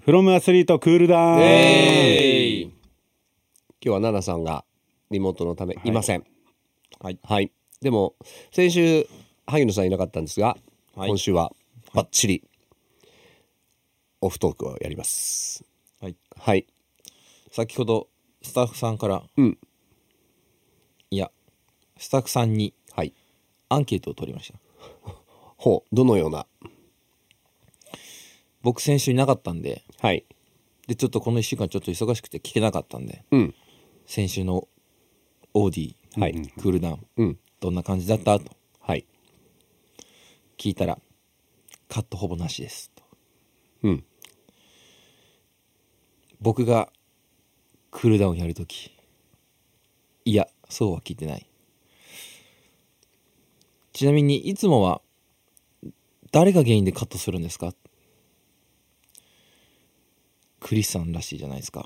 フロムアスリートクールダウン、え今日は奈々さんがリモートのためいません。はい。はい。でも、先週、萩野さんいなかったんですが、はい今週はバッチリ、オフトークをやります。はい、はい。先ほどスタッフさんから、うんいやスタッフさんにはい。アンケートを取りましたほう、どのような。僕先週いなかったんではい。でちょっとこの1週間ちょっと忙しくて聞けなかったんでうん。先週のオーディ、はいクールダウン、うん。どんな感じだったとはい。聞いたらカットほぼなしですとうん。僕がクールダウンやるときいやそうは聞いてないちなみにいつもは誰が原因でカットするんですかクリスさんらしいじゃないですか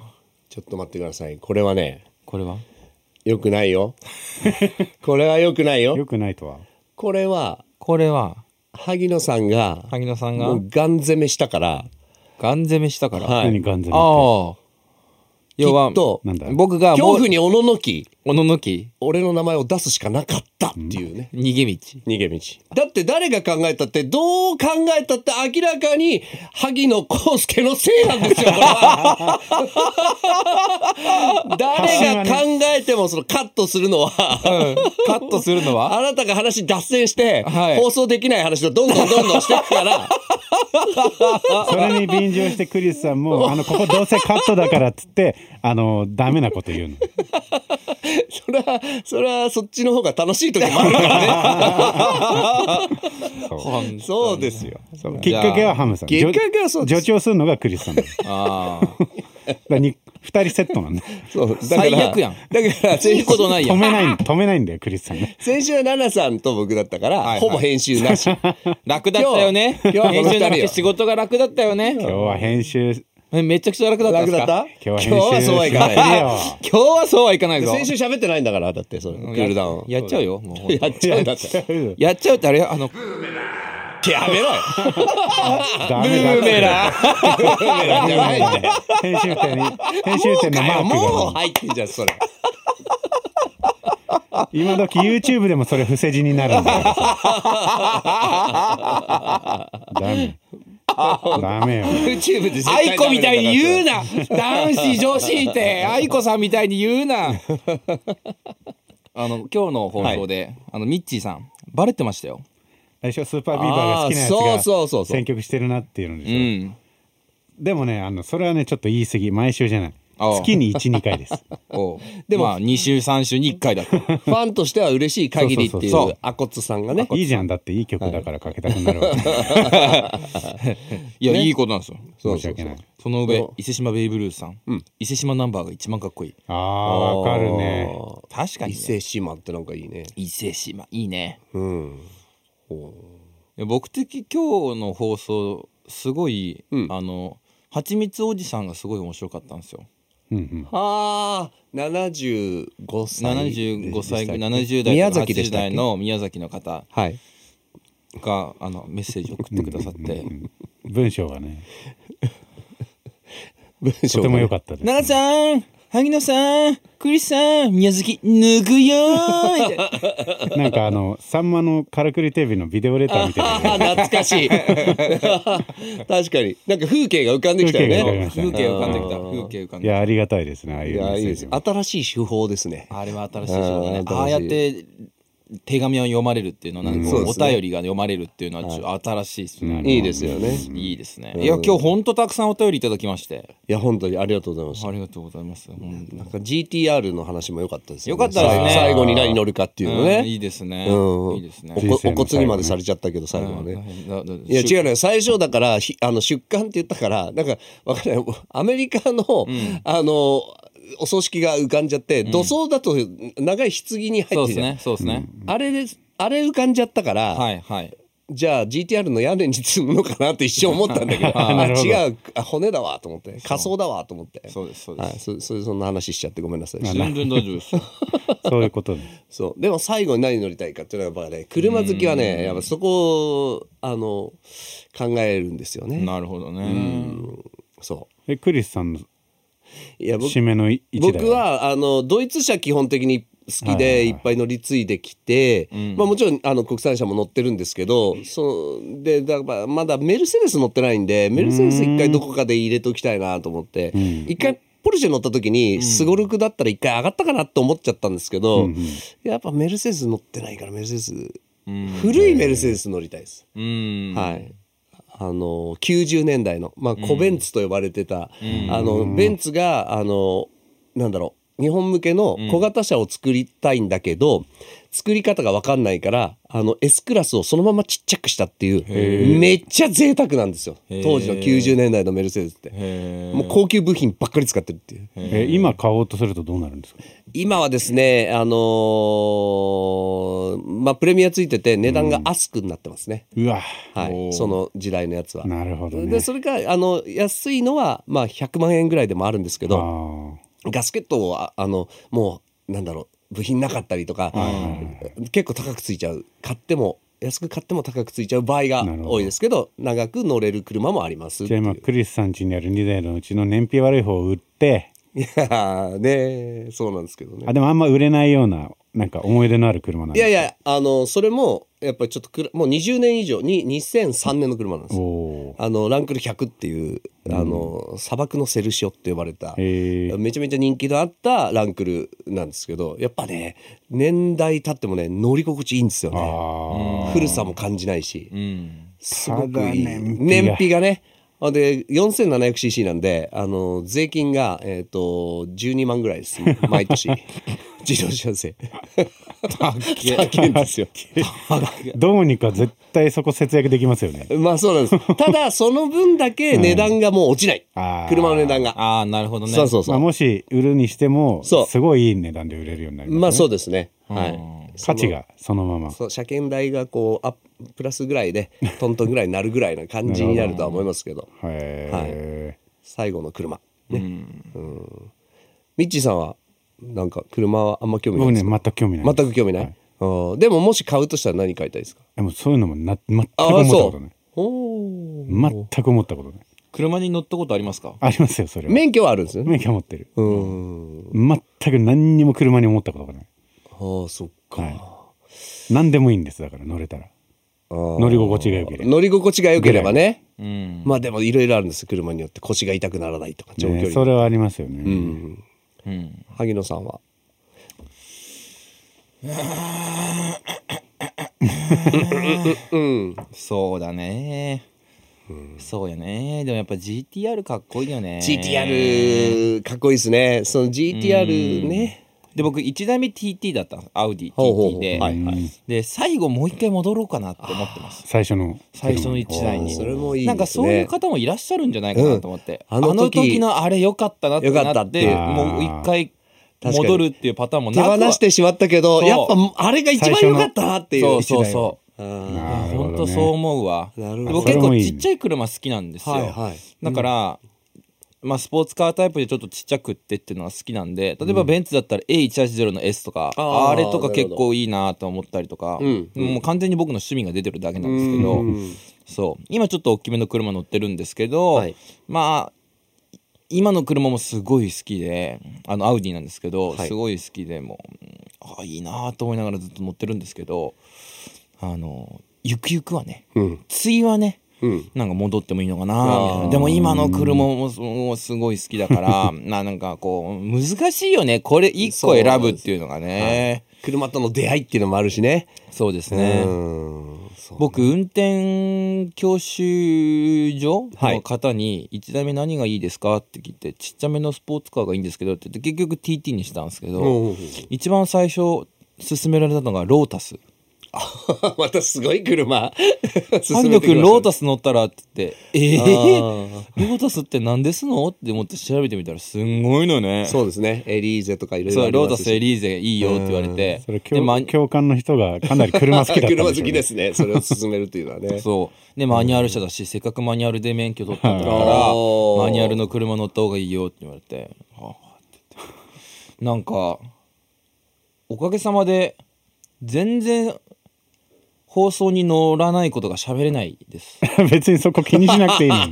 ちょっと待ってください。これはね、これは良くないよ。 これは良くないよ。よくないとはこれは、これは萩野さんが、萩野さんがもうガン攻めしたから、ガン攻めしたから、はい何ガンゼルってああ要はきっとなんだ僕が恐もう怖におののきおののき俺の名前を出すしかなかったっていうね、逃げ道逃げ道だって誰が考えたってどう考えたって明らかに萩野公介のせいなんですよこれ は誰が考えてもそのカットするのはうんカットするのはあなたが話脱線して、はい放送できない話をどんどんどんどんしていく からそれに便乗してクリスさんもあのここどうせカットだからっつって あのダメなこと言うのそれはそれはそっちの方が楽しい時もある からねそうですよそうきっかけはハムさんきっかけはそうで助す助長するのがクリスさんだだかああらに2人セットなんだそうだから最悪やんだからいい先こ週とないや止んめないん止めないんだよクリスさん ね先週は奈々さんと僕だったから、はいほぼ編集 なし楽だったよね今日今日はこの編二人集よだけ仕事が楽だったよね今日は編集えめちゃくちゃ楽だったんで楽すだかった今今日日は編は集そうはいかしなないいよ今日はそうはいかない ぞ先週喋ってないんだからだってそれクールダウンやっちゃうよもうやっちゃうんだってやっちゃうってあれあのブやめろよダメだっーメてランじゃないんだよ編集点に編集点のマークもうが入ってんじゃんそれ今時 YouTube でもそれ伏せ字になるんだよダメダメよ YouTube で絶対愛子みたいに言うなな男子女子い て愛子さんみたいに言うなあの今日の放送で、あのミッチーさんバレてましたよ最初スーパービーバーが好きなやつあーそうそうそうがそう選曲してるなっていうのでうしょ、んでもねあのそれはねちょっと言い過ぎ毎週じゃないあー月に12回 ですおうでも、まあ、2週3週に1回だ ったファンとしては嬉しい限りっていそうそうそううアコツさんがねいいじゃんだっていい曲だからかけたくなる わけ、いや、ねいいことなんですよそう申しそう訳そないうその上そう伊勢島ベイブルースさん、伊勢島ナンバーが一番かっこいいああわかるね確か伊に、ね、勢島ってなんかいいね伊勢島いいねうんいや僕的今日の放送すごい、うんあの蜂蜜おじさんがすごい面白かったんですようんうんはあ75歳75でし歳たっけ70代宮から崎でし80たっ代けの宮崎の方はいがあのメッセージを送ってくださって文章がね文章とがても良かった 「です奈々さん萩野さんクリスさん宮崎脱ぐよー」みたいななんかあのさんまのカラクリテレビのビデオレターみたい なのがあ懐かしい確かになんか風景が浮かんできたよ風景が浮かびねました風景浮かんできた風景浮かんいできやありがたいですねああいいうメッやいいセーですジは新しい手法ですねたあれは新しい仕事だねあーああやっ新して手紙を読まれるっていうのはなんかうんお便りが読まれるっていうのはちょっと新しいですね、いいですよねいいですねいや今日ほんとたくさんお便りいただきましていや本当にありがとうございましたありがとうございます本当なんか GTR の話も良かったですよ良かったですね最後に何乗るかっていうのうんいねいですねうんいいですねおこお骨にまでされちゃったけど最後はねうんだだいや違うね最初だからひあの出棺って言ったからなんかわかんないアメリカの、あのお葬式が浮かんじゃって、土葬だと長い棺に入ってそるうでじすゃん、ねそうですね、あれですあれ浮かんじゃったから、はいはいじゃあ GTR の屋根に積むのかなって一瞬思ったんだけどあなるほど違うあ骨だわと思って仮装だわと思ってそうですそうです、はい、そそれそんな話しちゃってごめんなさい全然大丈夫 ですそういうことですそうでも最後に何乗りたいかっていうのがやっぱね車好きはねやっぱそこをあの考えるんですよねなるほどねそえクリスさんのういや僕締めの一台僕はあのドイツ車基本的に好きはいはいはでいいっぱい乗り継いできて、まあ、もちろんあの国産車も乗ってるんですけどそのでだからまだメルセデス乗ってないんでメルセデス一回どこかで入れときたいなと思って一回ポルシェ乗った時にスゴルクだったら一回上がったかなと思っちゃったんですけど、やっぱメルセデス乗ってないからメルセデス、古いメルセデス乗りたいです。うんはい。あの90年代の、まあ、コベンツと呼ばれてた、あのベンツがあのなんだろう日本向けの小型車を作りたいんだけど、作り方が分かんないからあの S クラスをそのままちっちゃくしたっていうめっちゃ贅沢なんですよ当時の90年代のメルセデスってへもう高級部品ばっかり使ってるっていうえ今買おうとするとどうなるんですか今はですねあのーまあプレミアついてて値段がアスクになってますね、うわはいその時代のやつは なるほどでねそれがあの安いのは、まあ、100万円ぐらいでもあるんですけあどーガスケットはあのもうなんだろう部品なかったりとか、結構高くついちゃう買っても安く買っても高くついちゃう場合がなるほど多いですけど長く乗れる車もありますってじゃあいう今クリスさん家にある2台のうちの燃費悪い方を売っていやーねそうなんですけどねあでもあんま売れないようななんか思い出のある車なんでいやいやあのそれもやっぱりちょっとくらもう20年以上に2003年の車なんですおよおあのランクル100っていう、あの砂漠のセルシオって呼ばれた、へえめちゃめちゃ人気のあったランクルなんですけどやっぱね年代経ってもね乗り心地いいんですよあねー古さも感じないしうんすごくいいただ燃費が燃費がねあで 4700cc なんであの税金が、えっと12万ぐらい です毎年自動車税高いんですよどうにか絶対そこ節約できますよねまあそうなんですただその分だけ値段がもう落ちない、あー車の値段が、ああなるほどねそうそうそまうあ、もし売るにしてもそうすごいいい値段で売れるようになりままあす、ねそうですね、はい価値がそのままそう車検代がこうあプラスぐらいでトントンぐらいになるぐらいな感じになるとは思いますけどへ最後の車ねうんミッチーさんはなんか車はあんま興え味ない僕でねすか、全く興味ない全く興味ない、うんでももし買うとしたら何買いたいですかでもそういうのもな全くあ思あったこそとうないおー全く思ったことない車に乗ったことありますかありますよそれは免許はあるんですよね免許持ってるうん全く何にも車に思ったことがないああそっか、何でもいいんですだから乗れたら乗り心地が良ければ乗り心地が良ければねうんまあでもいろいろあるんですよ車によって腰が痛くならないとか長距ね離、それはありますよね、うん萩野さんはそうだねそうやねでもやっぱ GTR かっこいいよね GTR かっこいいですねその GTR ねで僕1台目 TT だったんですアウディほうほうほ TT うではいはいで最後もう一回戻ろうかなって思ってます最初の最初の一台にそれもいいですねなんかそういう方もいらっしゃるんじゃないかなと思って、うんああのの時時のあれ良かったなって良なかったっっててもう一回戻るっていうパターンも手なく放はしてしまったけどそうやっぱあれが一番良かったなっていうそうそうそうなるんほど本ね当そう思うわなるほど僕結構ちっちゃい車好きなんですよ、はいはいだから、まあ、スポーツカータイプでちょっとちっちゃくってっていうのが好きなんで例えばベンツだったら A180 の S とか、あーあれとなるほかど結構いいなと思ったりとか、んもう完全に僕の趣味が出てるだけなんですけど、そう今ちょっと大きめの車乗ってるんですけど、はいまあ今の車もすごい好きであのアウディなんですけど、はいすごい好きでもううんあいいなと思いながらずっと乗ってるんですけどあのゆくゆくはね、うん次はねうんなんか戻ってもいいのかなみたいなでも今の車ももうすごい好きだか らななんかこう難しいよねこれ一個選ぶっていうのがね車との出会いっていうのもあるしねそうですうね、んそう僕運転教習所はいの方に1台目何がいいですかって聞いてちっちゃめのスポーツカーがいいんですけどって言って結局 TT にしたんですけどうん 一番最初勧められたのがロータスまたすごい 車「萩野君ロータス乗ったら」って言って「ええあロータスって何ですの?」って思って調べてみたらすんごいのねそうですねエリーゼとかいろいろそあうりローまタすスエしリーゼいいよって言われてそれでマ共ニ共感の人がかなり車好きだったんでしょ車う好ねきですねそ れを勧めるというのはねそうでマニュアル車だし、せっかくマニュアルで免許取ったんだからおーマニュアルの車乗った方がいいよって言われてはあって言って なんかおかげさまで全然放送に乗らないことが喋れないです。 別にそこ気にしなくていい のに。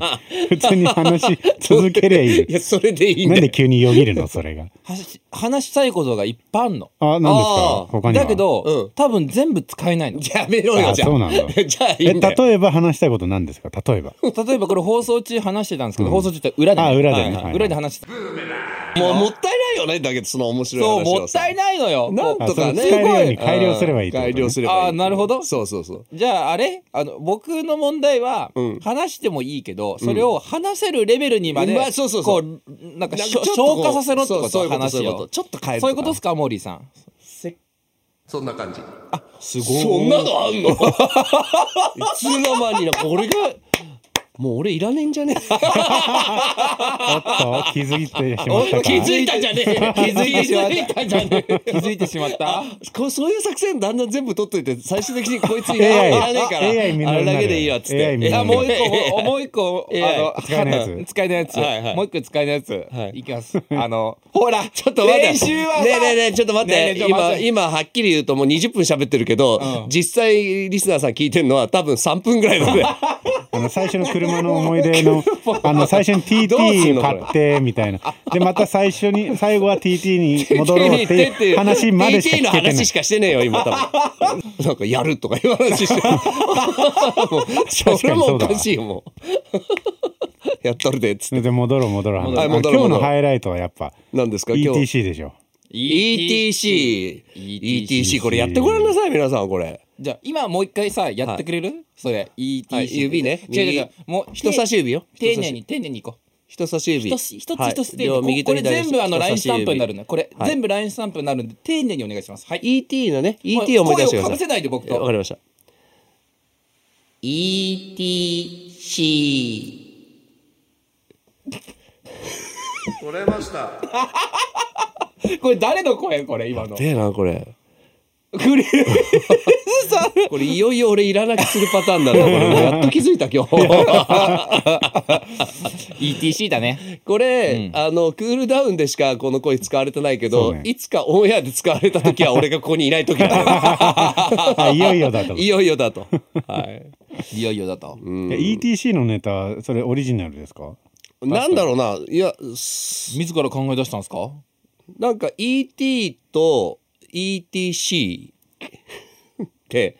普通に話し続けりゃいいいや、それでいいんなんだよで。急によぎるのそれが。はし話したいことがいっぱいあんの。あ、なんですあかー他には。だけど、うん多分全部使えないの。やめろよ、あ、じゃあ。そうなんだ。 じゃあいいえ、んだよ。例えば話したいことなんですか例えば。例えばこれ放送中話してたんですけど、放送中って裏で、あ裏でねはいはい裏で話してた。もうもったいないよね、だけど、その面白い話そう、はもったいないのよ。なんあとかね。その使えるようにすご改良すればいいってことね改良すればいい。あーなるほどそうそうそう。じゃああれあの僕の問題は、うん話してもいいけどそれを話せるレベルにまで、うんまあそうそうそうこうなんなかんかしちょょっとこう消化させろってこそとうそういうこと話をそういうことちょっと変えるそういうことですかモーリーさんそんな感じ。すそんなのあんのい つの間にな、これが、もう俺いらねえんじゃねえおっと、気づいてしまっ 俺た気か。づいたじゃねえ 気づいてしまったたじゃねえ気づいてしまったこうそういう作戦だんだん全部取っといて最終的にこいつ い AI らねえから AI 実るなあるれだけでいいよっつって AI 実るなあるもう一個もう一個 AI あの使えないやつ 使えないやつ、はいはいもう一個使えないやつ、はいい、きますあのほらちょっと待って。練習はさねえねえねえ、ちょっと待って。ねえねえちょっと待って今、今、はっきり言うともう20分喋ってるけど、うん実際、リスナーさん聞いてるのは多分3分ぐらい なんで。あの最初の車の思い出のあの最初にどうすん TT のこれ買ってみたいなでまた最初に最後は TT に戻ろうって手っていう話までしか TT の聞けてな話いしかしてねえよ、今多 分。なんか、やるとかいう話してる。もうかにそれもそうおだわかしいよ、もう。やっとるで、っつって。で戻ろう戻ろう戻ろうあの戻ろう今日戻ろのうハイライトはやっぱ何ですか、今日。 ETC でしょ ETC。ETC。これやってごらんなさい、皆さん、これ。じゃあ今もう一回さやってくれる、それ ETC、はい指ね違う違う違うもう人差し指よ。丁寧に丁寧にいこう人差し指。一つ一つはい一つ丁寧に両こ右とこれ左全部あのラインスタンプになる人差し指ねこれはい全部ラインスタンプになるんで丁寧にお願いしますはい ET のね ET を思い出してください声を被せないで僕とわかりました ETC 取れました。 これ誰の声これ今のでえなこれクリスさんこれいよいよ俺いらなきするパターンだなこれもうやっと気づいた今日 ETC だねこれ、あのクールダウンでしかこの声使われてないけそど、うねいつかオンエアで使われた時は俺がここにいない時だあいよいよ だと よいいよいよだと、はい、いよいよだとや ETC のネタそれオリジナルですかなんだろうないやす自ら考え出したんですかなんか ET と ETC って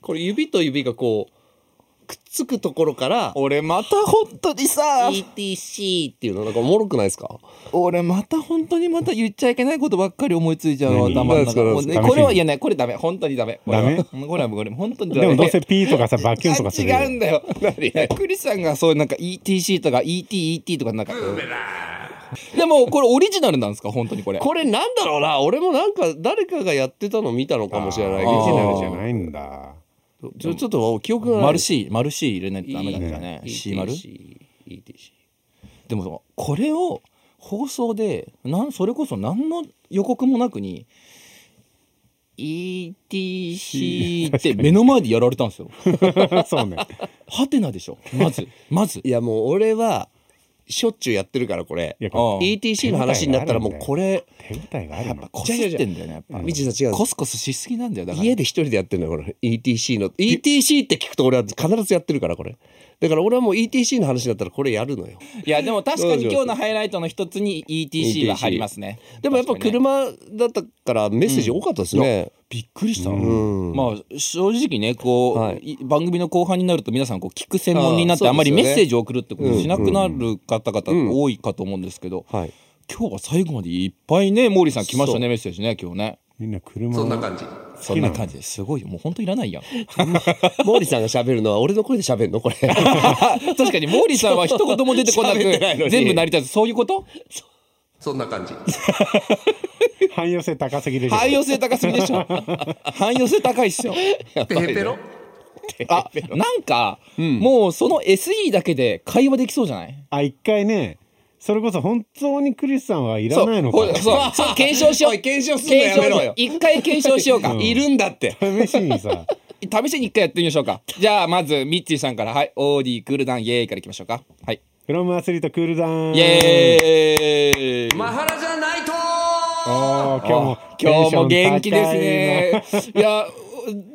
これ指と指がこうくっつくところから俺また本当にさ ETC っていうのなんかおもろくないですか俺また本当にまた言っちゃいけないことばっかり思いついちゃうわ何頭の中何もでうすかねこれはいやねこれダメ本当にダメこれはダメうんこれはこれ本当にダメでもどうせ P とかさバキュンとかするよあ違うんだよいやクリスさんがそういうなんか ETC とか ETET とかなんかでもこれオリジナルなんですか本当にこれこれなんだろうな俺もなんか誰かがやってたの見たのかもしれないけあオリジナルどじゃないんだちょちょっと記憶がないマル C マル C 入れないとダメなんだね C マル ETC でもこれを放送でなんそれこそ何の予告もなくに ETC って目の前でやられたんですよ そうねハテナでしょまずまずいやもう俺はしょっちゅうやってるからこれいやこあ ETC の話になったらもうこれれ手応えがあるのこすってんだよねやっ道ぱさん違うんですコスコスしすぎなんだよだから家で一人でやってるのよこれ ETC の ETC って聞くと俺は必ずやってるからこれだから俺はもう ETC の話だったらこれやるのよいやでも確かに今日のハイライトの一つに ETC は入りますね。でもやっぱ確かにね車だったからメッセージ多かったですね、びっくりした。んまあ正直ねこう、はいい番組の後半になると皆さんこう聞く専門になってあーあんまりそうでメすよねッセージを送るってことをしなくなる方うん々多いかと思うんですけど、はい今日は最後までいっぱいね毛利さん来ましそたうねメッセージね今日ね。みんな車そんな感じそんな感じですごいよもう本当いらないやん毛利さんが喋るのは俺の声で喋るのこれ 確かに毛利さんは一言も出てこなく喋ってないのに全部成り立つそういうこと汎用性高すぎでしょ汎用性高すぎで しょ汎用性高いっすよペペロあなんか、もうその SE だけで会話できそうじゃないあ一回ねそれこそ本当にクリスさんはいらないのかそう そう そう検証しよおうい検証すんの検やめろ証よ一回検証しようか、 いるんだって試しにさ試しに一回やってみましょうかじゃあまずミッチーさんからはいオーディクールダウンイエーイからいきましょうかはいフロムアスリートクールダウンイエーイ、マハラジャナイトおー今日も今日も元気ですねいや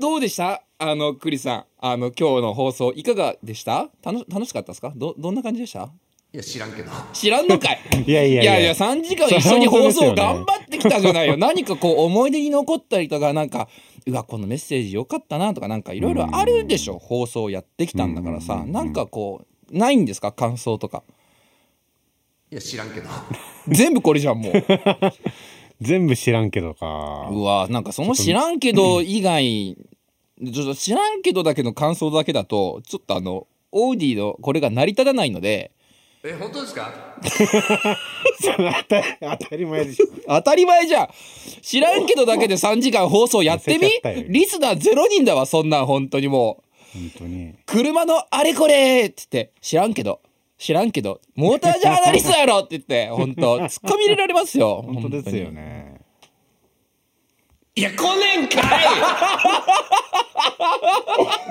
どうでしたあの、クリさん。あの、今日の放送、いかがでした楽し楽しかったですかど、どんな感じでしたいや、知らんけど。知らんのかい いやいやいやいや3時間一緒に放それは本当ですよ送ね頑張ってきたじ ゃないよ何かこう思い出に残ったりとかなんかうわこのメッセージ良かったなとかなんかいろいろあるでしょ放送やってきたんだからさなんかこうないんですか感想とかいや、知らんけど。全部これじゃんもう 全部知らんけどか。うわなんかその知らんけど以外ちょっと知らんけどだけの感想だけだとちょっとあのオーディのこれが成り立たないのでえ、本当ですか それ当たり当たり前でしょ。当たり前じゃん知らんけどだけで3時間放送やってみ痩せちゃったよリスナーゼロ人だわそんなん本当にもう本当に。車のあれこれって言って知らんけど知らんけどモータージャーナリストやろって言って本当突っ込み入れられますよ本当ですよ本ね。い や、来ねんかい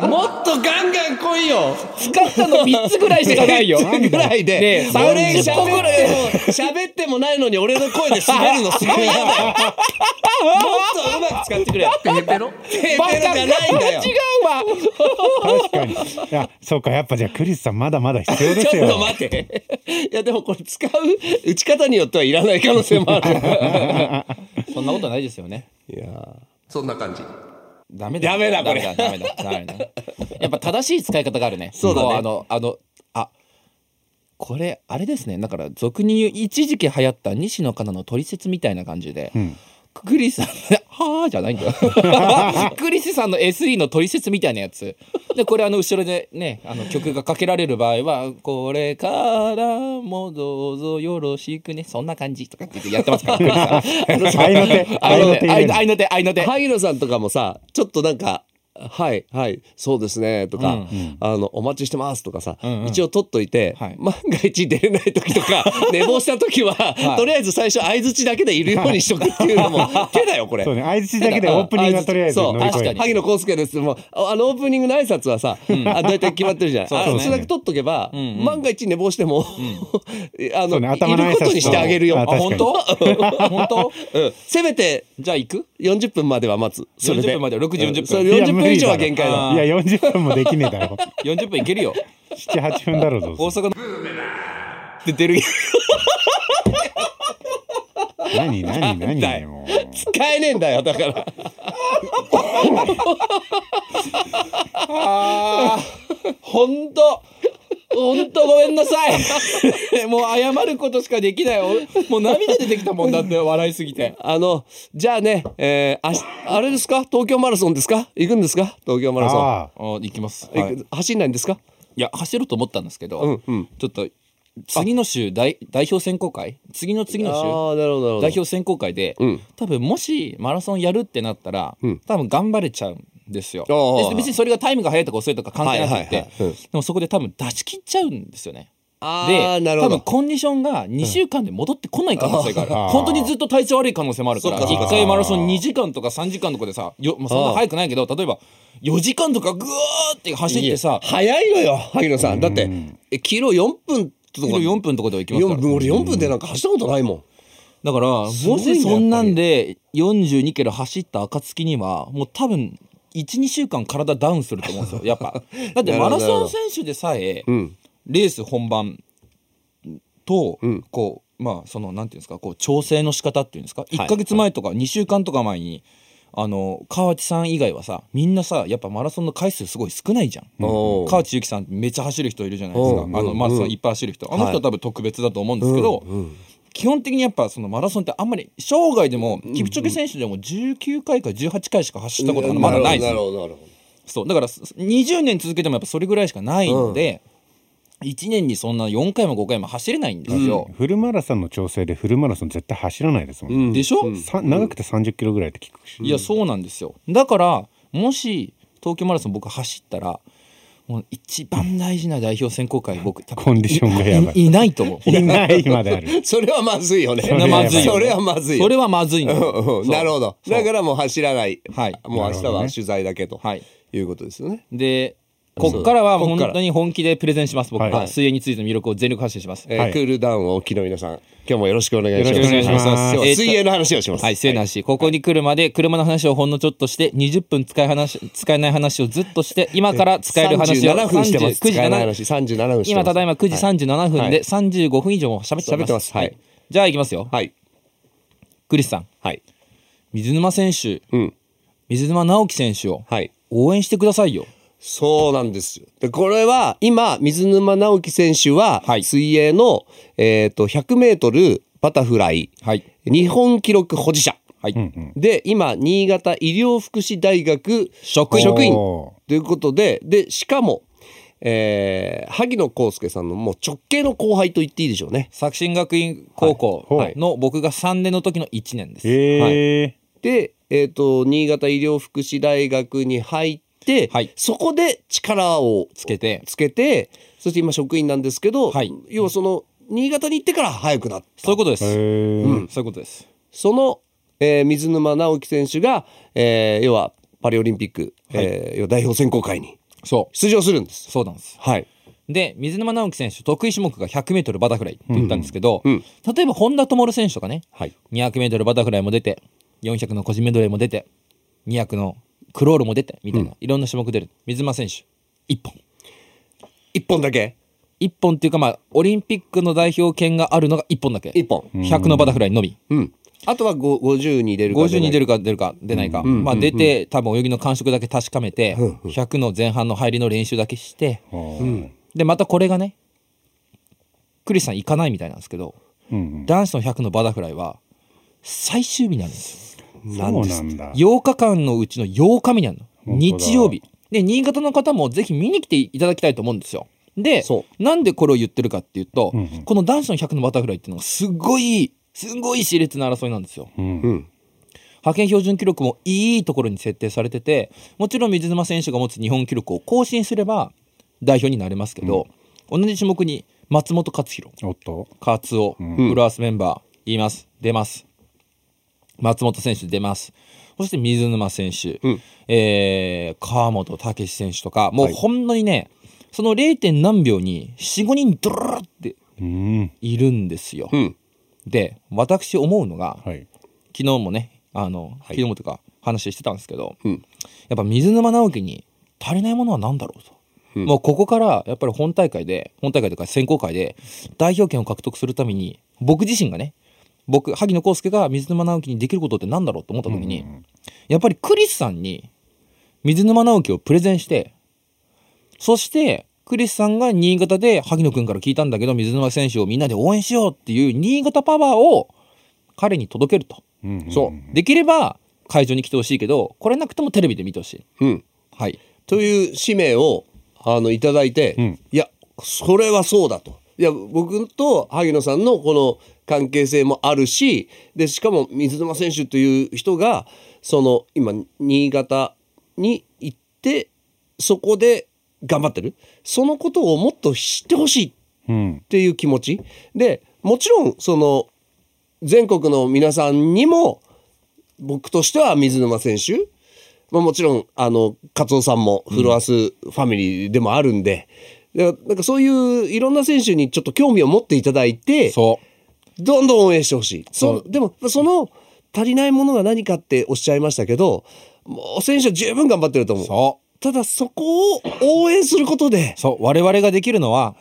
もっとガンガン来いよ当に使ったの3つぐらいしかないよぐらいで、ねえ俺喋っ30個ぐらいても、喋ってもないのに俺の声で滑るのすごい嫌だよ。もっとうまく使ってくれ。ペロペロペーバペカロじゃないんだよ。違う確かわに。いや、そうか、やっぱじゃあクリスさんまだまだ必要ですちょよ。っと待って。いや、でもこれ使う打ち方によってはいらない可能性もある。そんなことないですよねいやそんな感じ。ダメだダメだこれダメだダメだダメだ やっぱ正しい使い方があるねそうだねもあのあのあこれあれですねだから俗に言う一時期流行った西野カナのトリセツみたいな感じで、クリスさん 「はあ」じゃないんだよ クリスさんの SE のトリセツみたいなやつでこれあの後ろでねあの曲がかけられる場合は「これからもどうぞよろしくね」そんな感じとかってやってますからクリスさん合いの手、あ合いの手入れる。のねあいの手あいの手萩野さんとかもさ、ちょっとなんか、はい、はい、そうですね、とか、あの、お待ちしてますとかさ、一応取っといて、はい万が一出れない時と か、寝坊した時は、とりあえず最初相槌だけでいるようにしとくっていうのも、手だよ、これ。そうね、相槌だけでオープニングはとりあえずそ乗うり越え確かるに。萩野公介ですもうああのオープニングの挨拶はさ、あ大体決まってるじゃないそうですねあそれだけ取っとけば、万が一寝坊しても、 あのそうね頭のい挨拶ることにしてあげるよあ確かに本当本当うんせめてじゃあ行く40分までは待つそれ40で分までは6時40分それいや40無分以理だ上ろは限界だあいや、40分もできねえだろ。 40分いけるよ7、8分だろうどう大ぞ。阪のって出る何、何、何だね、よも使えねえんだよだ から本当本当ごめんなさ いもう謝ることしかできない俺もう涙出てきたもんだって笑いすぎてあのじゃあね、えーあしあれですか東京マラソンですか行くんですか東京マう。ラソン、あ あ行きます、行はい、いく走んないんですかや走ろうと思ったんですけど、うんうんちょっと次の週代代表選考会次の次あの週あなるほどなるほど代表選考会で、うん多分もしマラソンやるってなったら、多分頑張れちゃうんですよあーで別にそれがタイムが速いとか遅いとか関係なくはいてはいはいうんでもそこで多分出し切っちゃうんですよねあであなる多ほ分どコンディションが2週間で戻ってこない可能性があるあー本当にずっと体調悪い可能性もあるからそっかそっか1回マラソン2時間とか3時間とかでさよ、まあ、そんな速くないけど例えば4時間とかぐーって走ってさ早いのよ萩野さんだってえキロ4分とかキロ4分とかでは行きますか4ら分俺4分でなんか走ったことないもんだからもごいねしそんなんで42キロ走った暁にはもう多分12週間体ダウンすると思うんですよや っぱだってマラソン選手でさえんレース本番とこうまあそのなんていうんですかこう調整の仕方っていうんですか1か月前とか2週間とか前にあの川内さん以外はさみんなさやっぱマラソンの回数すごい少ないじゃんおー川内優輝さんめっちゃ走る人いるじゃないですかうあんのマラソンいっぱい走る人あの人は多分特別だと思うんですけど、基本的にやっぱそのマラソンってあんまり生涯でもキプチョゲ選手でも19回か18回しか走ったことがまだないんですなるよほどなるほどそうだからす20年続けてもやっぱそれぐらいしかないので、1年にそんな4回も5回も走れないんですよあ。。フルマラソンの調整でフルマラソン絶対走らないですもんね。でしょ、さ長くて30キロぐらいって聞くし。いやそうなんですよだからもし東京マラソン僕走ったらもう一番大事な代表選考会僕多分コンディションがやばいい いないと思う。いないまである。それはまずいよねれはまずいよねそれはまずいそれはまずいのうんうんなるほどそうだからもう走らないはいもなう明日るほどはね取材だけとはいいうことですよねでこっからはこっ本から当に本気でプレゼンします僕ははい水泳についての魅力を全力発信しますえーはいクールダウンを昨日皆さん、今日もよろしくお願いします。よろしくお願いします今日は水泳の話をします。はい、せいなし、ここに来るまで車の話をほんのちょっとして、20分使い話使えない話をずっとして、今から使える話を37分してます。 39時使えない7話、37分してます。今ただいま9時37分はいで35分以上も喋っており喋っます。てますはいじゃあ行きますよ。はい。クリスさん、はい。水沼選手、うん。水沼直樹選手をはい。応援してくださいよ。そうなんですよ。で、これは、今、水沼直樹選手はは、い水泳の、えっ、と、100メートルバタフライ、はい。日本記録保持者。はい。で、今、新潟医療福祉大学職員職員おということで、で、しかも、えー、萩野公介さんのもう直系の後輩と言っていいでしょうね。作新学院高校の僕が3年の時の1年です。ええで、えっ、と、新潟医療福祉大学に入って、はいそこで力をつけて、つけて、そして今職員なんですけど、はい要はその、新潟に行ってから早くなった。そういうことです。へそういえうことです。その、えー水沼直樹選手が、えー要はパリオリンピック、えー要は代表選考会にそう。出場するんです。そうなんです。はい。で水沼直樹選手得意種目が 100m バタフライって言ったんですけど、うんうん例えば本田灯選手とかね、はい 200m バタフライも出て400の個人メドレーも出て200のクロールも出てみたいな、いろんな種目出る水沼選手1本一本だけ1本っていうかまあオリンピックの代表権があるのが1本だけ一本。 100のバタフライのみうん。あとはご50に出るか出ない50に出るか出るか出ないか、まあ、出て多分泳ぎの感触だけ確かめて、100の前半の入りの練習だけして、うんでまたこれがねクリスさん行かないみたいなんですけどうん男子の100のバタフライは最終日なんですそうなんだ8日間のうちの8日目にあるの本当だ日曜日で新潟の方もぜひ見に来ていただきたいと思うんですよでそなんでこれを言ってるかっていうと、んうんこの男子の100のバタフライっていうのがすごいすごい熾烈な争いなんですようんうん。派遣標準記録もいいところに設定されててもちろん水沼選手が持つ日本記録を更新すれば代表になれますけど、同じ種目に松本克弘おっとカツオ、フルアースメンバー、言います、出ます。松本選手出ます。そして水沼選手、えー川本武史選手とか、もうほんのにね、その 0. 何秒に4、5人ドロロってうんいるんですよ。んで、私思うのが、はい昨日もね、あの、昨日もというか話してたんですけど、んやっぱ水沼直樹に足りないものは何だろうと。もうここからやっぱり本大会で本大会というか選考会で代表権を獲得するために僕自身がね僕萩野公介が水沼直樹にできることって何だろうと思った時に、やっぱりクリスさんに水沼直樹をプレゼンしてそしてクリスさんが新潟で萩野君から聞いたんだけど水沼選手をみんなで応援しようっていう新潟パワーを彼に届けると。うんそう。できれば会場に来てほしいけどこれなくてもテレビで見てほしいうん。はいという使命をあのいただいて、んいやそれはそうだといや僕と萩野さんのこの関係性もあるしでしかも水沼選手という人がその今新潟に行ってそこで頑張ってるそのことをもっと知ってほしいうんっていう気持ちでもちろんその全国の皆さんにも僕としては水沼選手、まあ、もちろんあの勝夫さんもフロアスファミリーでもあるんで、だからなんかそういういろんな選手にちょっと興味を持っていただいてそうどんどん応援してほしいそでもその足りないものが何かっておっしゃいましたけどもう選手は十分頑張ってると思うそただそこを応援することでうそう我々ができるのは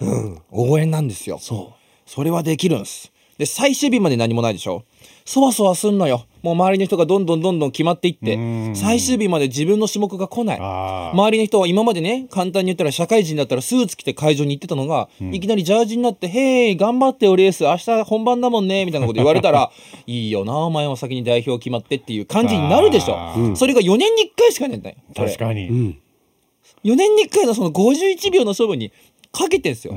応援なんですよそうそれはできるんですで最終日まで何もないでしょそわそわすんのよもう周りの人がどんどんどんどん決まっていって最終日まで自分の種目が来ないあー周りの人は今までね簡単に言ったら社会人だったらスーツ着て会場に行ってたのが、いきなりジャージになって「へい頑張ってよレース明日本番だもんね」みたいなこと言われたら「いいよなお前は先に代表決まって」っていう感じになるでしょあ、それが4年に1回しかないんだよそれ確かに4年に1回のその51秒の勝負にかけてんすよ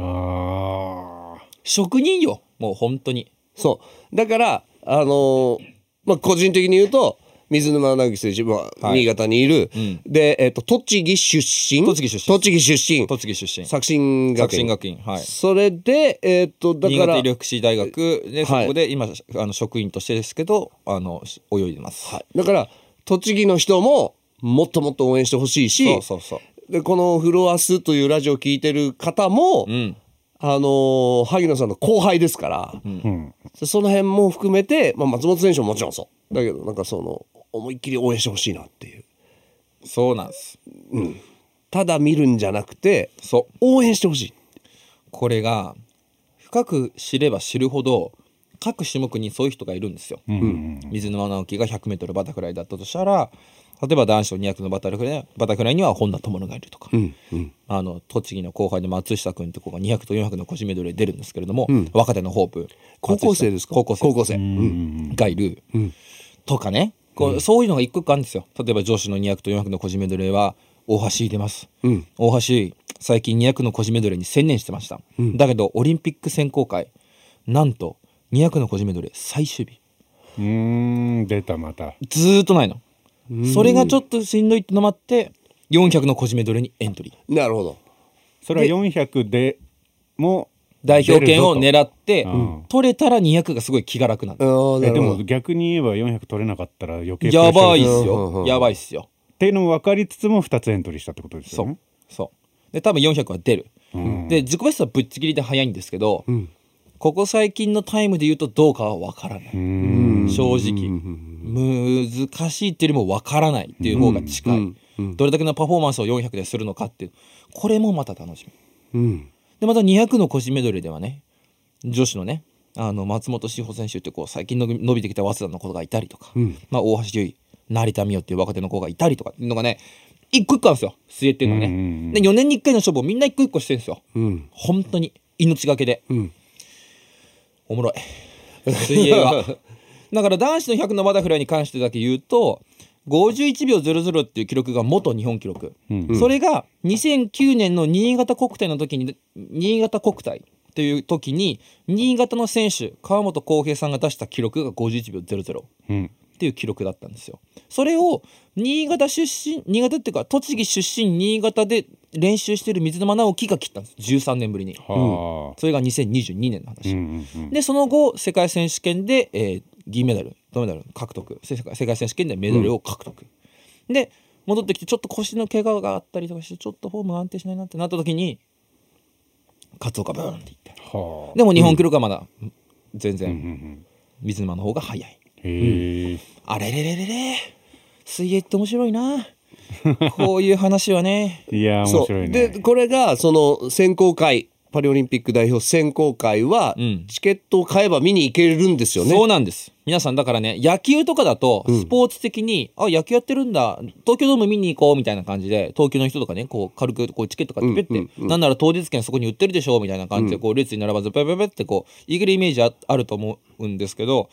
ああ職人よもう本当にそう。だから、あのーまあ、個人的に言うと、水沼直樹選手、まあはい新潟にいる。んで、えっ、と、栃木出身。栃木出身栃木出身。栃木出身作新学作院。新学院はいそれで、えっ、と、だ新か潟ら医、療福祉大学で、はいそこで今あの職員としてですけどあのし泳いでます、だから、栃木の人も、もっともっと応援してほしいし、そうそうそうでこの「フロアス」というラジオを聞いてる方も、んあのー萩野さんの後輩ですから、うんその辺も含めて、まあ、松本選手ももちろんそうだけどなんかその思いっきり応援してほしいなっていうそうなんですただ見るんじゃなくてそう応援してほしいこれが深く知れば知るほど各種目にそういう人がいるんですよ、水沼直樹が 100m バタフライだったとしたら例えば男子の200のバタフライバタフライには本田智がいるとか、あの栃木の後輩の松下君って子が200と400の個人メドレー出るんですけれども、若手のホープ高校生ですか松下高校生高校生がいる、とかねこうそういうのが一個一個あるんですよ例えば女子の200と400の個人メドレーは大橋入れます、大橋最近200の個人メドレーに専念してました、だけどオリンピック選考会なんと200の個人メドレー最終日うーん出たまたずーっとないのそれがちょっとしんどいってのもあって400の個人メドレーにエントリーなるほどそれは400でも代表権を出るぞ狙って、うん取れたら200がすごい気が楽なんあだ、ーとなえるでほもど逆に言えば400取れなかったら余計プレッシャやーばいっすうんうんうよんやばいっすよっていうのも分かりつつも2つエントリーしたってことですそようね。そうで多分400は出る、んで自己ベストはぶっちぎりで早いんですけど、ここ最近のタイムで言うとどうかは分からない、正直、難しいっていうよりも分からないっていう方が近い、どれだけのパフォーマンスを400でするのかっていうこれもまた楽しみうんでまた200の個人メドレーではね女子のねあの松本志保選手ってこう最近の伸びてきた早稲田の子がいたりとか、まあ、大橋悠依成田美桜っていう若手の子がいたりとかっていうのがね一個一個あるんですよ水泳っていうのはね、うんうんうんで4年に1回の勝負をみんな一個一個してるんですようん本当に命がけで、んおもろい水泳は だから男子の100のバタフライに関してだけ言うと51秒00っていう記録が元日本記録、それが2009年の新潟国体の時に新潟国体という時に新潟の選手川本浩平さんが出した記録が51秒00うんっていう記録だったんですよ。それを新潟出身新潟っていうか栃木出身新潟で練習してる水沼直樹が切ったんです13年ぶりに。はあそれが2022年の話、うんうんうんでその後世界選手権で、えー銀メダル銅メダル獲得世界世界選手権でメダルを獲得、で戻ってきてちょっと腰の怪我があったりとかしてちょっとフォームが安定しないなってなった時にカツオがブーンっていってはあでも日本記録はまだ全うんう然ん水沼の方が速いへえあれれれれれ水泳って面白いなこういう話はねいや面白いねでこれがその選考会パリオリンピック代表選考会は、うんチケットを買えば見に行けるんですよね。そうなんです皆さんだからね野球とかだとスポーツ的に、あ野球やってるんだ東京ドーム見に行こうみたいな感じで東京の人とかねこう軽くこうチケット買ってペッて、なんなら当日券そこに売ってるでしょみたいな感じでこう列に並ばずペペペってこういけるイメージああると思うんですけど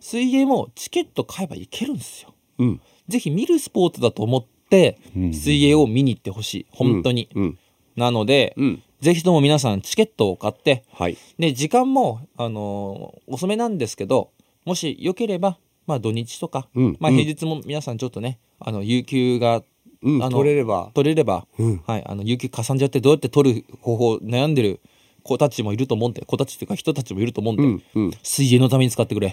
水泳もチケット買えばいけるんですよ。うんぜひ見るスポーツだと思って水泳を見に行ってほしい本当に、んなので、んぜひとも皆さんチケットを買って、はいで時間も、あのー遅めなんですけどもしよければ、まあ、土日とか、んまあ、平日も皆さんちょっとねあの有給が、うんあの取れれば取れれば、はい、あの有給かさんじゃってどうやって取る方法悩んでる子たちもいると思うんで子たちっていうか人たちもいると思うんで、水泳のために使ってくれ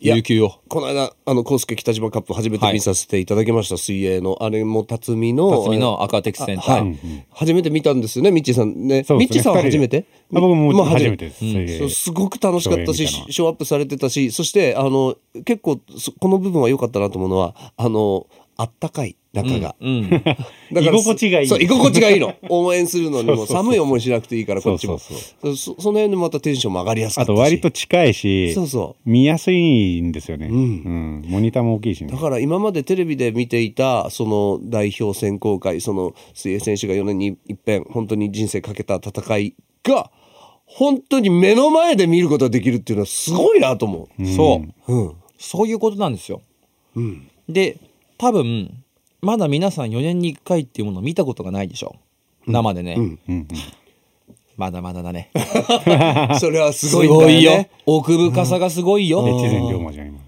や有給を。この間あのコ介北島カップ初めてはい見させていただきました、水泳のあれも辰巳の辰巳のアクアテックスセンター、はい、初めて見たんですよねミッチーさんねそうミですッチねーさんは二初人めでてあ僕もまあ初めてです水そ泳うすごく楽しかったしショーみたいなショーアップされてたしそしてあの結構そこの部分は良かったなと思うのはあのあったかい中が、うん、だから居心地がいいそう居心地がい いの応援するのにも寒い思いしなくていいからこっちもそうそそその辺でまたテンションも上がりやすかっあたしと割と近いしそうそ見やすいんですよねうんモニターも大きいしねだから今までテレビで見ていたその代表選考会その水泳選手が4年に一遍本当に人生かけた戦いが本当に目の前で見ることができるっていうのはすごいなと思そうう。うん、 そういうことなんですよ。で多分まだ皆さん4年に1回っていうものを見たことがないでしょ生でね、まだまだだ ねそれはすすごいんだよ,、ごいよね、奥深さがすごいよ、越前龍馬じゃん今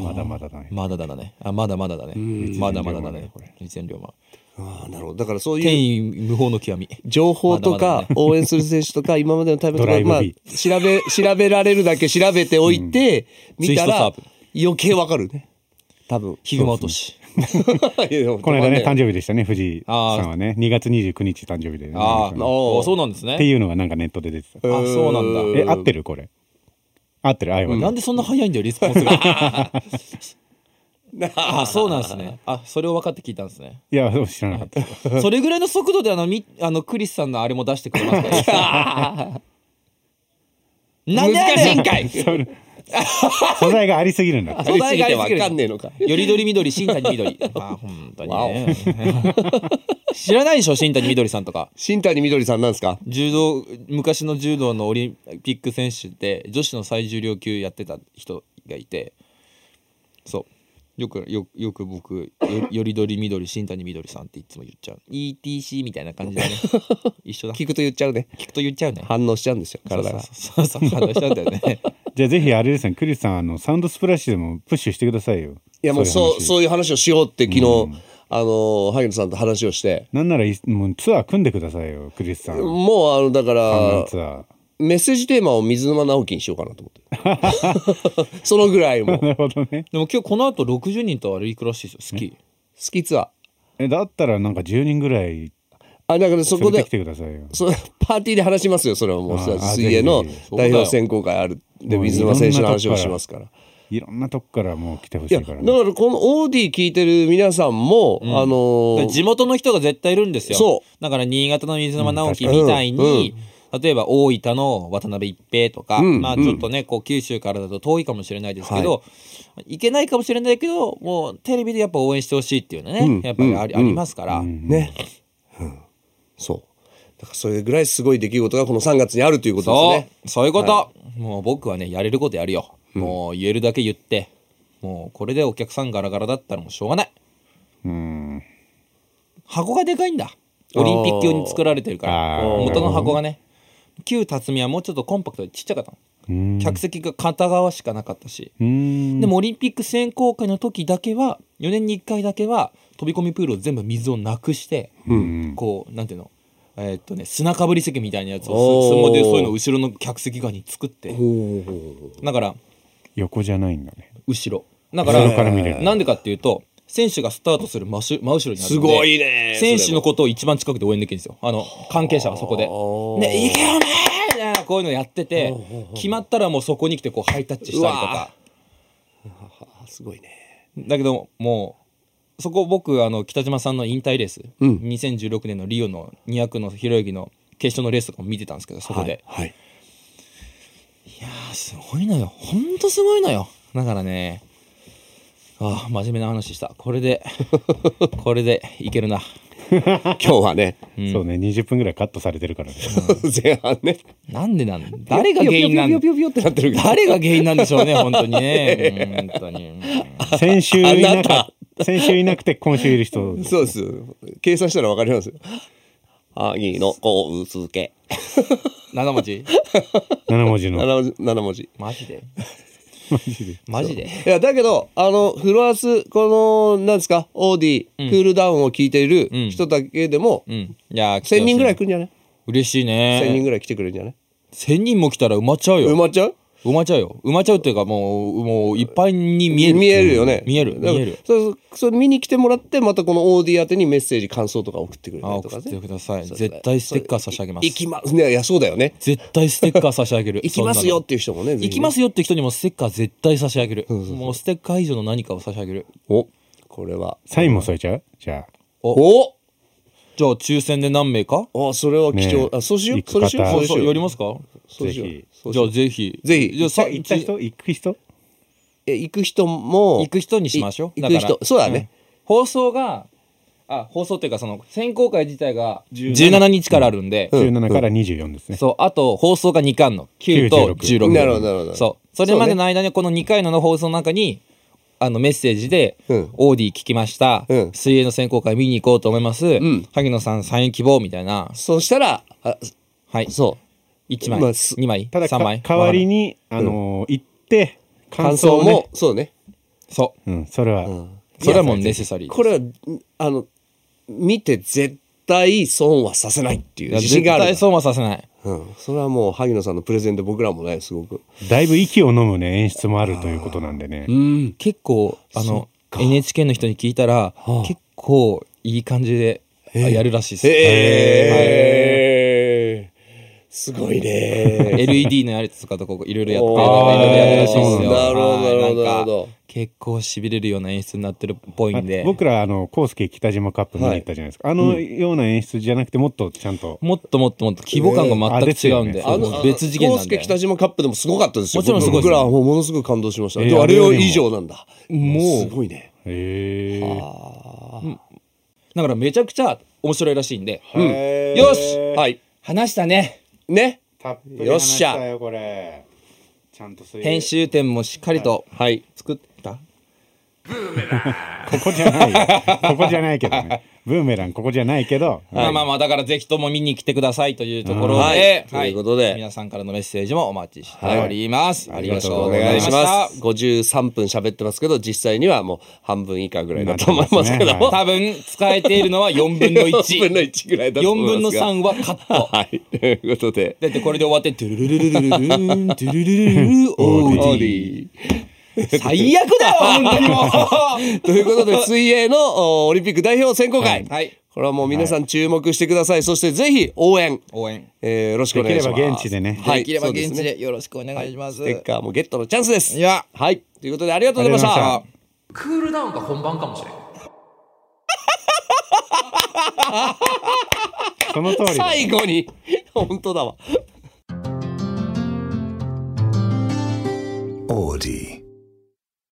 まだまだだねまだだだねあまだまだだねまだまだだね一千両馬ああなるほどだからそういう天意無法の極み情報とまだまかだね応援する選手とか今までのタイムとドラか、イブまあ、 B 調べ調べられるだけ調べておいて、見たらツイ余計わかるね多分 ヒグマ落としここの間ね、誕生日でしたね、藤井さあーんはね。2月29日誕生日でね、あ藤井さーんっあ、そうなんですてね。いうのがなんかネットで出てた。あ、そうなんだ。え、合ってるこれ。合ってるあいわなんでそんな早いんだよリスポンス があそうなんですねあそれを分かって聞いたんですねいや、そう知らなかった。 それぐらいの速度であのみあのクリスさんのあれも出してくれますからなんであれ難しいんかいそれ素材がありすぎるんだって。ありすぎてわかんねえのか。よりどりみどり新谷みど りあ本当にね知らないでしょ新谷みどりさんとか新谷みどりさんなんですか柔道昔の柔道のオリンピック選手で女子の最重量級やってた人がいてそうよくよよく僕よよりどりみどり新谷みどりさんっていつも言っちゃう ETC みたいな感じだ ね一緒だ聞聞くと言っちゃうね。くと言っちゃうね反応しちゃうんですよ、体が。そうそうそうそう話しちゃうんだよねじゃあぜひあれですね、クリスさん、あの、サウンドスプラッシュでもプッシュしてくださいよ。いやもういそ話う、そういう話をしようって昨日、あのー、萩野さんと話をして、なんならい、もうツアー組んでくださいよ、クリスさん。サもうあの、だかウンドら、ツアメッセージテーマを水沼直樹にしようかなと思って。 そのぐらいもう ー。 なるほどね。 でも今日この後60人と歩いくらしいですよ好きスキーツアー。え、だったらなんか10人ぐらいあ、だからそこ連れてでき、てくださいよ。そのパーティーで話しますよ、それはもう。あそれはあ水泳のぜひぜ代表選考会ある。で、もう水沼選手の話をしますから。いろんなとこからもう来てほしいや、いだかかららこね。のオーディ聞いてる皆さんも、あのだかー、ら地元の人が絶対いるんですよそだから新潟の水沼直樹みたいに、例えば大分の渡辺一平とか、うんまあちょっとねこう九州からだと遠いかもしれないですけど、い、けないかもしれないけどもうテレビでやっぱ応援してほしいっていうのね、やっぱりあり,、ありますから、ね。うん。そう。だからそれぐらいすごい出来事がこの3月にあるということですそうね。そういうこと、もう僕はねやれることやるよ、もう言えるだけ言ってもうこれでお客さんガラガラだったらもうしょうがないうん。箱がでかいんだオリンピック用に作られてるからあー元の箱がね旧辰巳はもうちょっとコンパクトでちっちゃかったの客席が片側しかなかったしうん。でもオリンピック選考会の時だけは4年に1回だけは飛び込みプールを全部水をなくしてこうなんていうのえーっとね砂かぶり席みたいなやつをおー相撲でそういうのを後ろの客席側に作ってだから横じゃないんだね。後ろだか後ろから見れらるなんでかっていうと選手がスタートする真後真後ろになるすんでごいねそれ選も手のことを一番近くで応援できるんですよあの関係者がそこで「ねいけよね!」みたいなこういうのやってて決まったらもうそこに来てこうハイタッチしたりとうかわあすごいね。だけどもうそこ僕あの北島さんの引退レース、2016年のリオの200の平泳ぎの決勝のレースとかも見てたんですけどそこで、はい。あすごいのよほんとすごいのよだからねああ真面目な話したこ れでこれでいけるな今日はね、そうね、20分ぐらいカットされてるからね。前半ね。なんでなん誰が原因なんピヨピヨピヨピヨピヨってなってるけど。誰が原因なんでしょうね本当にね本当に先週いあななか先週いなくて今週いる人。そうです。計算したらわかりますよ。萩野公 介。七文字7文字の。 7文字。マジでマジで。マジでいや、だけど、あの、フロアス、この、なんですか、オーディ、クールダウンを聞いている人だけでも、うんいやー来て1000ほし人ぐらい来るんじゃない嬉しい ?1000 人ねぐらい来てくれるんじゃない千人も来たら埋まっちゃう埋よまっちゃう埋まっちゃうよ埋まっちゃうっていうかもうもういっぱいに見える見えるよね。見える見だからえるそうそれ見に来てもらって、またこのオーディ宛てにメッセージ、感想とか送ってくれたありと送かってね。ください絶対ステッカー差し上げます行きます。ね、いや、そうだよね。絶対ステッカー差し上げる 行きますよっていう人もね、。行きますすよって人にもステッカー絶対差し上げるもうステッカー以上の何かを差し上げるお、これは。サインも添えちゃうじゃあ。おじゃあ抽選で何名かおあ、それは貴重ね。えあ、そうしよ行う。くそれしよう。方そそううしそうよやう。りますかそうしよぜひう。そうしじよゃうあぜひぜひじゃあさ行った人行く人いや行く人も。行く人にしましょういだ行かくら人。そうだね。放送があ放送っていうかその選考会自体が17日からあるんで、 ?17 から24ですね。そうあと放送が2巻の9と16 96なるほどなるほどそうそれまでの間にこの2回のの放送の中にあのメッセージで「うんオーディ聞きました、うん水泳の選考会見に行こうと思います、萩野さんサイン希望」みたいなそうしたら、あはいそう。 1枚、まあす2枚ただ3か枚代わりに、あのー行って感感想想をねも、そうね。そううんそれは、それはもうネセサリーこれは、んあの、見て絶対損はさせないっていういや自絶信がある。対損はさせないうん、それはもう萩野さんのプレゼンで僕らもねすごくだいぶ息を飲むね演出もあるということなんでねん結構あの NHK の人に聞いたら、結構いい感じであやるらしいです、ええすごい ね。 LED のやつとかとこういろいろやっておいーろいろやるらしいですよなるほどはいなるほどんかなるほど結構しびれるような演出になってるっぽいんで僕らあの康介北島カップ見に行ったじゃないですか、あのような演出じゃなくてもっとちゃんともっともっともっと規模感が全く違うんで,、ね ああの別次元なんコウスケで北島カップでもすごかったですよ。もちろんすごいです僕らはもうものすごく感動しました。えーでもあれを以上なんだ。もすごいね。へえだからめちゃくちゃ面白いらしいんで、うんへーよしはい。話したねね。たっぷりよっしゃ話したよこれちゃんとそういう編集点もしっかりとはい。作ったここじゃないよここじゃないけどねブーメランここじゃないけど、まあまあまあだからぜひとも見に来てくださいというところで、うんはいはいということで皆さんからのメッセージもお待ちしております、はいよろしくおお願願いいししまますす。53分喋ってますけど、実際にはもう半分以下ぐらいだと思いますけ ども。は多分使えているのは4分の 4分の1ぐらいだと4思い分のますが。 3はカット。 はい。ということで。だってこれで終わって、トゥ ルルルルルルーン、トゥルルルルルルー、オオーデーディ。ィ最悪だよ、本当にもう。ということで、水泳のおオリンピック代表選考会。はい。これはもう皆さん注目してください。そしてぜひ応援、応援。えーよろしくおでき願いれしばま現す。地でねはいできれば現そう地ですねでよろしくお願いします。ステッカーもゲットのチャンスです。いやはい。ということでありがとうございました。ありがとうクございましたールダウンが本番かもしれんその通りだ最後に 本当だわ。 Audi.